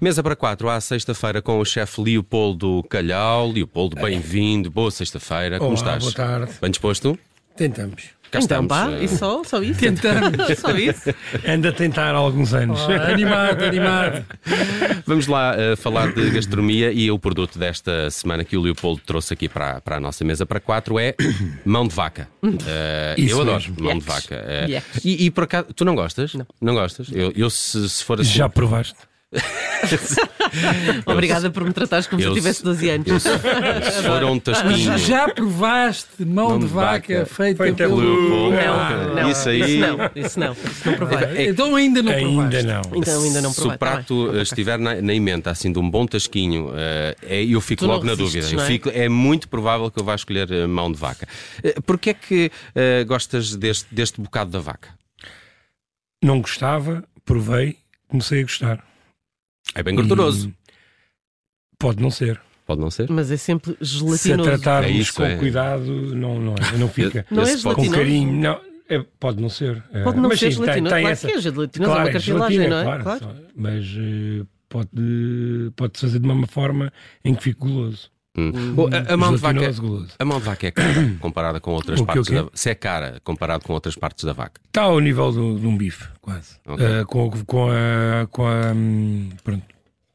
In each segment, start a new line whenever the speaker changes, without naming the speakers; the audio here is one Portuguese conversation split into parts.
Mesa para quatro, à sexta-feira, com o chefe Leopoldo Calhau. Leopoldo, bem-vindo, boa sexta-feira. Como
Olá,
estás?
boa tarde.
Bem disposto?
Tentamos.
Cá
então,
estamos.
pá,
eh,
e só? Só isso?
Tentamos.
Só isso?
Anda a tentar há alguns anos. Ah, animado, animado.
Vamos lá eh, falar de gastronomia e é o produto desta semana que o Leopoldo trouxe aqui para, para a nossa mesa para quatro é mão de vaca. Eh,
Isso
eu adoro
mesmo.
mão de
Yes.
vaca. Eh,
Yes.
e, e por acaso, tu não gostas? Não. gostas? Eu, eu se, se for assim.
Já provaste?
Obrigada por me tratares como se eu tivesse 12 anos.
eu se- se for um tasquinho.
Já provaste mão,
Mão
de,
de
vaca,
vaca
feita,
feita
pelo.
Leopoldo.
Não, não,
isso aí. É,
Isso não, isso não. Isso não provei.
Então ainda não provaste.
Ainda não.
Então ainda não
se
provei.
o
tá bem.
prato eh, estiver na, na emenda, assim, de um bom tasquinho, eh, é- eu fico
Tu não
logo na
resistes,
dúvida. Eu
não é?
fico- é muito provável que eu vá escolher eh, mão de vaca. Eh, Porquê é que eh, gostas deste, deste bocado da vaca?
Não gostava, provei, comecei a gostar.
É bem gorduroso.
Hum, Pode não ser.
Pode não ser?
Mas é sempre
Se a
gelatinoso.
tratarmos
É isso,
com
é.
cuidado, não, não, é, não fica.
Não é
Esse pode-
com
gelatinoso?
carinho, não. é, pode não ser. É,
Pode não
mas
ser
sim, tem-
gelatinoso.
tem
claro
essa-
que é gelatinoso, é uma
é
cartilagem,
gelatina,
não é?
Claro, só- Mas eh, pode, pode-se fazer de uma forma em que fique goloso.
Hum. Bom, a, a mão de vaca.
Gelatinoso, goloso.
A mão de vaca é cara comparada com outras
O que, o
partes
quê?
da Se é cara comparado com outras partes da vaca.
Está ao nível do- de um bife, quase.
Ok.
Eh, com, com a. Com a hum, pronto.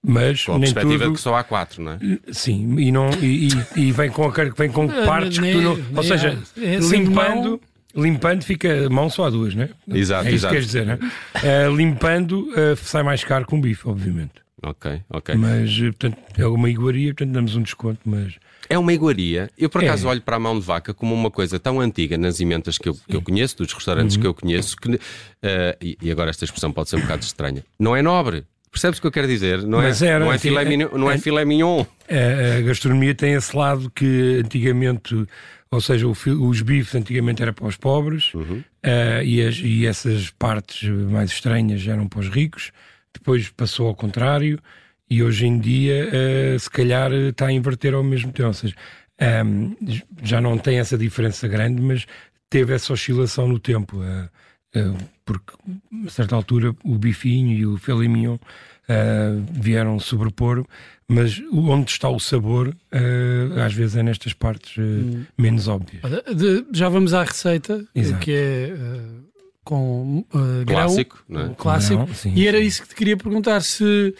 Mas
Com a
nem
perspectiva
tudo. Hum.
de que só há quatro, não é?
Sim, e, não, e, e- e vem com, a, car- vem com partes que tu não.
nem-
Ou seja,
é assim,
limpando.
mão-
Limpando fica mão só há duas, não é?
Exato,
é isso
exato.
que queres dizer, não é? Eh, limpando eh, sai mais caro que um bife, obviamente.
Ok, ok.
Mas, eh, portanto, é uma iguaria, portanto, damos um desconto, mas
É uma iguaria. Eu, por acaso,
É.
olho para a mão de vaca como uma coisa tão antiga nas imentas que eu, que eu conheço, dos restaurantes
Uhum.
que eu conheço, que, eh, e, e agora esta expressão pode ser um bocado estranha. Não é nobre. Percebes o que eu quero dizer? Não é,
Mas era,
não é,
anti-
filé, mignon, não é filé mignon.
A, a gastronomia tem esse lado que antigamente, ou seja, o fi- os bifes antigamente era para os pobres eh, e, as- e essas partes mais estranhas eram para os ricos, depois passou ao contrário e hoje em dia eh, se calhar eh, está a inverter ao mesmo tempo, ou seja, ehm, j- já não tem essa diferença grande, mas teve essa oscilação no tempo. eh, eh, porque a certa altura o bifinho e o filé mignon eh, vieram sobrepor, mas o- onde está o sabor eh, às vezes é nestas partes eh, menos óbvias.
Olha, de- já vamos à receita,
Exato.
que é eh, com eh, grão.
Clássico, não é?
um clássico.
Grão, sim,
e era
sim.
isso que te queria perguntar: se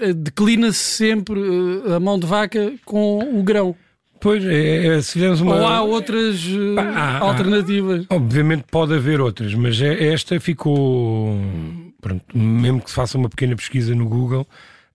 eh, declina-se sempre eh, a mão de vaca com o grão?
Pois, é, é, se fizermos uma.
Ou há outras eh,
Pá, há- há-
alternativas?
Obviamente pode haver outras, mas é- esta ficou. Pronto, mesmo que se faça uma pequena pesquisa no Google,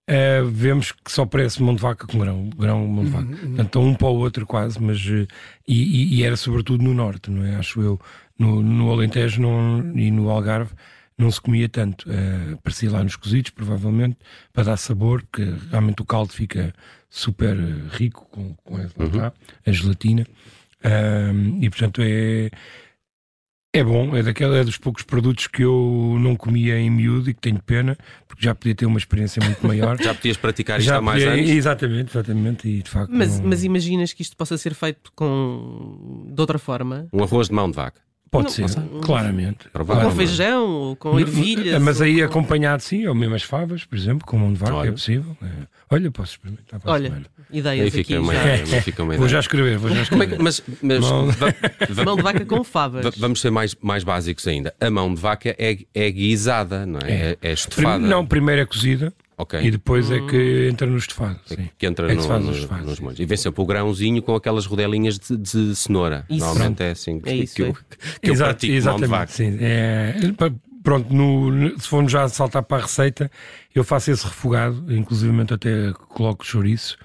eh, vemos que só parece mão de vaca com grão, grão mão de vaca. Portanto, um para o outro quase, mas. eh, E, e- e era sobretudo no Norte, não é? Acho eu. No, no Alentejo não- e no Algarve não se comia tanto. Eh, parecia lá nos cozidos, provavelmente, para dar sabor, porque realmente o caldo fica super eh, rico com, com esse lá está, a gelatina. Ahm, e portanto é, é bom, é, daquela, é dos poucos produtos que eu não comia em miúdo e que tenho pena, porque já podia ter uma experiência muito maior.
Já podias praticar isto há mais
podia-
anos?
Exatamente, exatamente, e de facto.
Mas,
não-
mas imaginas que isto possa ser feito com de outra forma?
Um arroz de mão de vaca.
pode
não-
ser,
não-
claramente.
Provavelmente.
Com feijão ou com ervilhas?
Mas
ou
aí
com-
acompanhado sim, ou mesmo as favas, por exemplo, com mão de vaca,
Olha.
é possível. É. Olha, posso experimentar. para a
Olha,
semana.
ideias
Aí
aqui.
fica uma
já.
ideia. aí fica uma
Vou
ideia.
já escrever, vou já
Como é que-
escrever.
mas mas
Mão-
va- va-
Mão de vaca com favas.
va- vamos ser mais, mais básicos ainda. A mão de vaca é, é guisada, não é? É, é
Prim-
estufada.
Não, primeiro é cozida
Ok.
e depois é que
Hum.
entra no estofado. Sim.
que entra
é que
no-
se faz
no-
os fases.
nos molhos. E vem sempre o grãozinho com aquelas rodelinhas de, de cenoura.
Isso.
Normalmente é assim que,
É isso,
que eu,
é.
que eu pratico um mão de vaca.
Sim, é, pa- pronto, no- no- se formos já saltar para a receita, eu faço esse refogado, inclusive até coloco chouriço.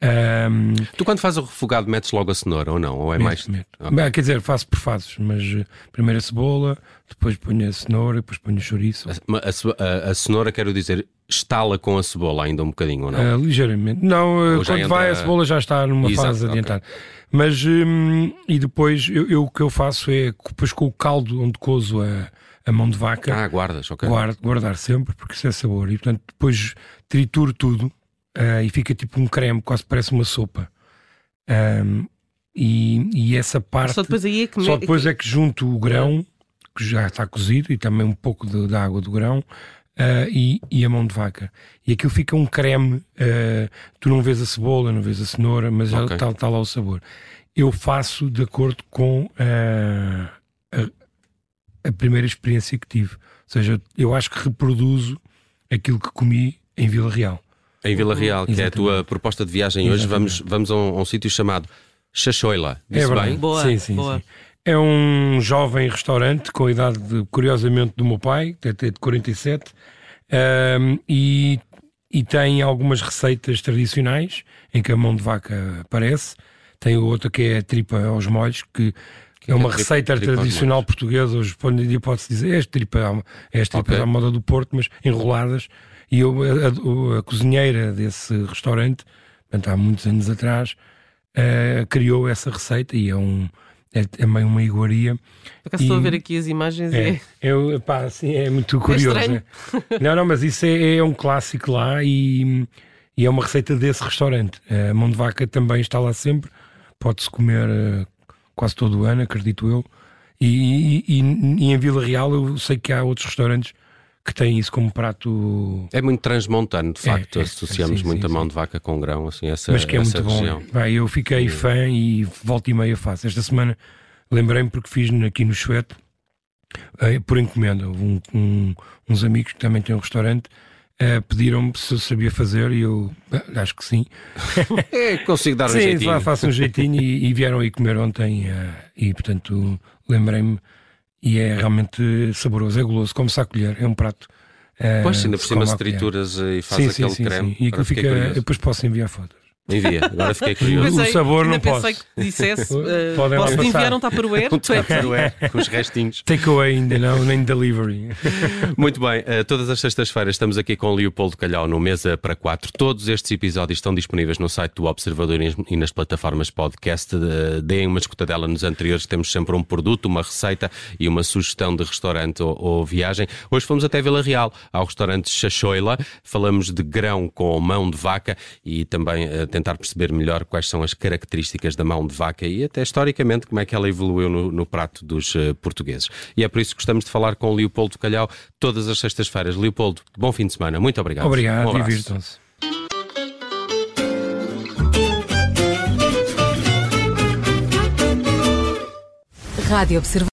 Ahm,
Tu quando fazes o refogado metes logo a cenoura ou não? Ou é mais...
meto, meto.
Ok.
Bem, Quer dizer, faço por fases, mas eh, primeiro a cebola, depois ponho a cenoura, depois ponho o chouriço.
Ma- A, ce- a- a cenoura, quero dizer, estala com a cebola ainda um bocadinho ou não?
Ah, ligeiramente. Não,
Ou
eh,
já
quando vai
entra-
a cebola já está numa
Exato,
fase
ok.
adiantada. Mas, hum, e depois, eu, eu- o que eu faço é, depois com o caldo onde cozo a, a mão de vaca,
Ah, guardas, ok.
Guardo- guardar sempre, porque isso é sabor. E portanto, depois trituro tudo ah, e fica tipo um creme, quase parece uma sopa. Ahm, e, e essa parte.
Só depois aí é que...
Só
me-
depois é que junto o grão, que já está cozido, e também um pouco de, da água do grão, ah, ah, e, e a mão de vaca. E aquilo fica um creme, ah, tu não vês a cebola, não vês a cenoura, mas já
Ok.
está está lá o sabor. Eu faço de acordo com ah, a, a primeira experiência que tive. Ou seja, eu acho que reproduzo aquilo que comi em Vila Real.
Em Vila Real, que é a
Exatamente.
tua proposta de viagem hoje, vamos, vamos a um, a um sítio chamado Chachoila. Disse
É verdade.
bem?
Boa,
Sim, sim,
boa.
sim. É um jovem restaurante com a idade, de- curiosamente, do meu pai, que até de 47, ahm, e, e tem algumas receitas tradicionais em que a mão de vaca aparece. Tem outra que é a tripa aos molhos, que, é uma
tripa-
receita
tripa aos
tradicional portuguesa. Hoje em dia pode-se dizer é as tripa, à- é as tripas
Ok.
à moda do Porto, mas enroladas. E eu, a- a, a cozinheira desse restaurante, portanto, há muitos anos atrás, eh, criou essa receita e é um é também uma iguaria.
Por acaso
E-
estou a ver aqui as imagens e
É, eu, pá, assim, é muito curioso.
estranho.
é. Não, não, mas isso é, é um clássico lá e, e é uma receita desse restaurante. A mão de vaca também está lá sempre, pode-se comer eh, quase todo o ano, acredito eu. E, e- e- e em Vila Real eu sei que há outros restaurantes que têm isso como prato,
É muito transmontano, de facto.
é, é,
Associamos
sim,
muito
sim,
a mão de vaca com grão, assim, essa,
mas que é
essa
muito bom.
região.
Vai, eu fiquei fã e volta e meia faço. Esta semana lembrei-me porque fiz aqui no Chueto eh, por encomenda. Houve um- um- uns amigos que também têm um restaurante eh, pediram-me se eu sabia fazer e eu "Ah, acho que sim.
É, consigo dar um
sim,
jeitinho.
vá, faço um jeitinho e, e vieram aí comer ontem eh, e portanto lembrei-me e é realmente saboroso, é goloso, como-se a colher, é um prato. eh,
Pois, ainda por
se
cima
come
se
à colher.
trituras e faz
Sim, sim,
aquele
sim,
creme.
Sim. E
Agora
aquilo
fiquei
fica, eu
curioso.
depois posso enviar fotos.
Envia, agora fiquei curioso.
o sabor
ainda
não
pensei
posso.
que dissesse. eh,
Podem lá
posso te
passar.
enviar um tupperware?
Um tupperware com os restinhos.
Takeaway ainda não, nem delivery.
Muito bem, eh, todas as sextas-feiras estamos aqui com o Leopoldo Calhau no Mesa para Quatro. Todos estes episódios estão disponíveis no site do Observador e nas- e nas plataformas podcast. Eh, Deem uma escutadela nos anteriores, temos sempre um produto, uma receita e uma sugestão de restaurante ou, ou viagem. Hoje fomos até Vila Real, ao restaurante Chachoila. Falamos de grão com mão de vaca e também eh, tentar perceber melhor quais são as características da mão de vaca e até historicamente como é que ela evoluiu no, no prato dos eh, portugueses. E é por isso que gostamos de falar com o Leopoldo Calhau todas as sextas-feiras. Leopoldo, bom fim de semana. Muito obrigado.
Obrigado,
Um abraço.
divirtam-se.
Rádio Observador.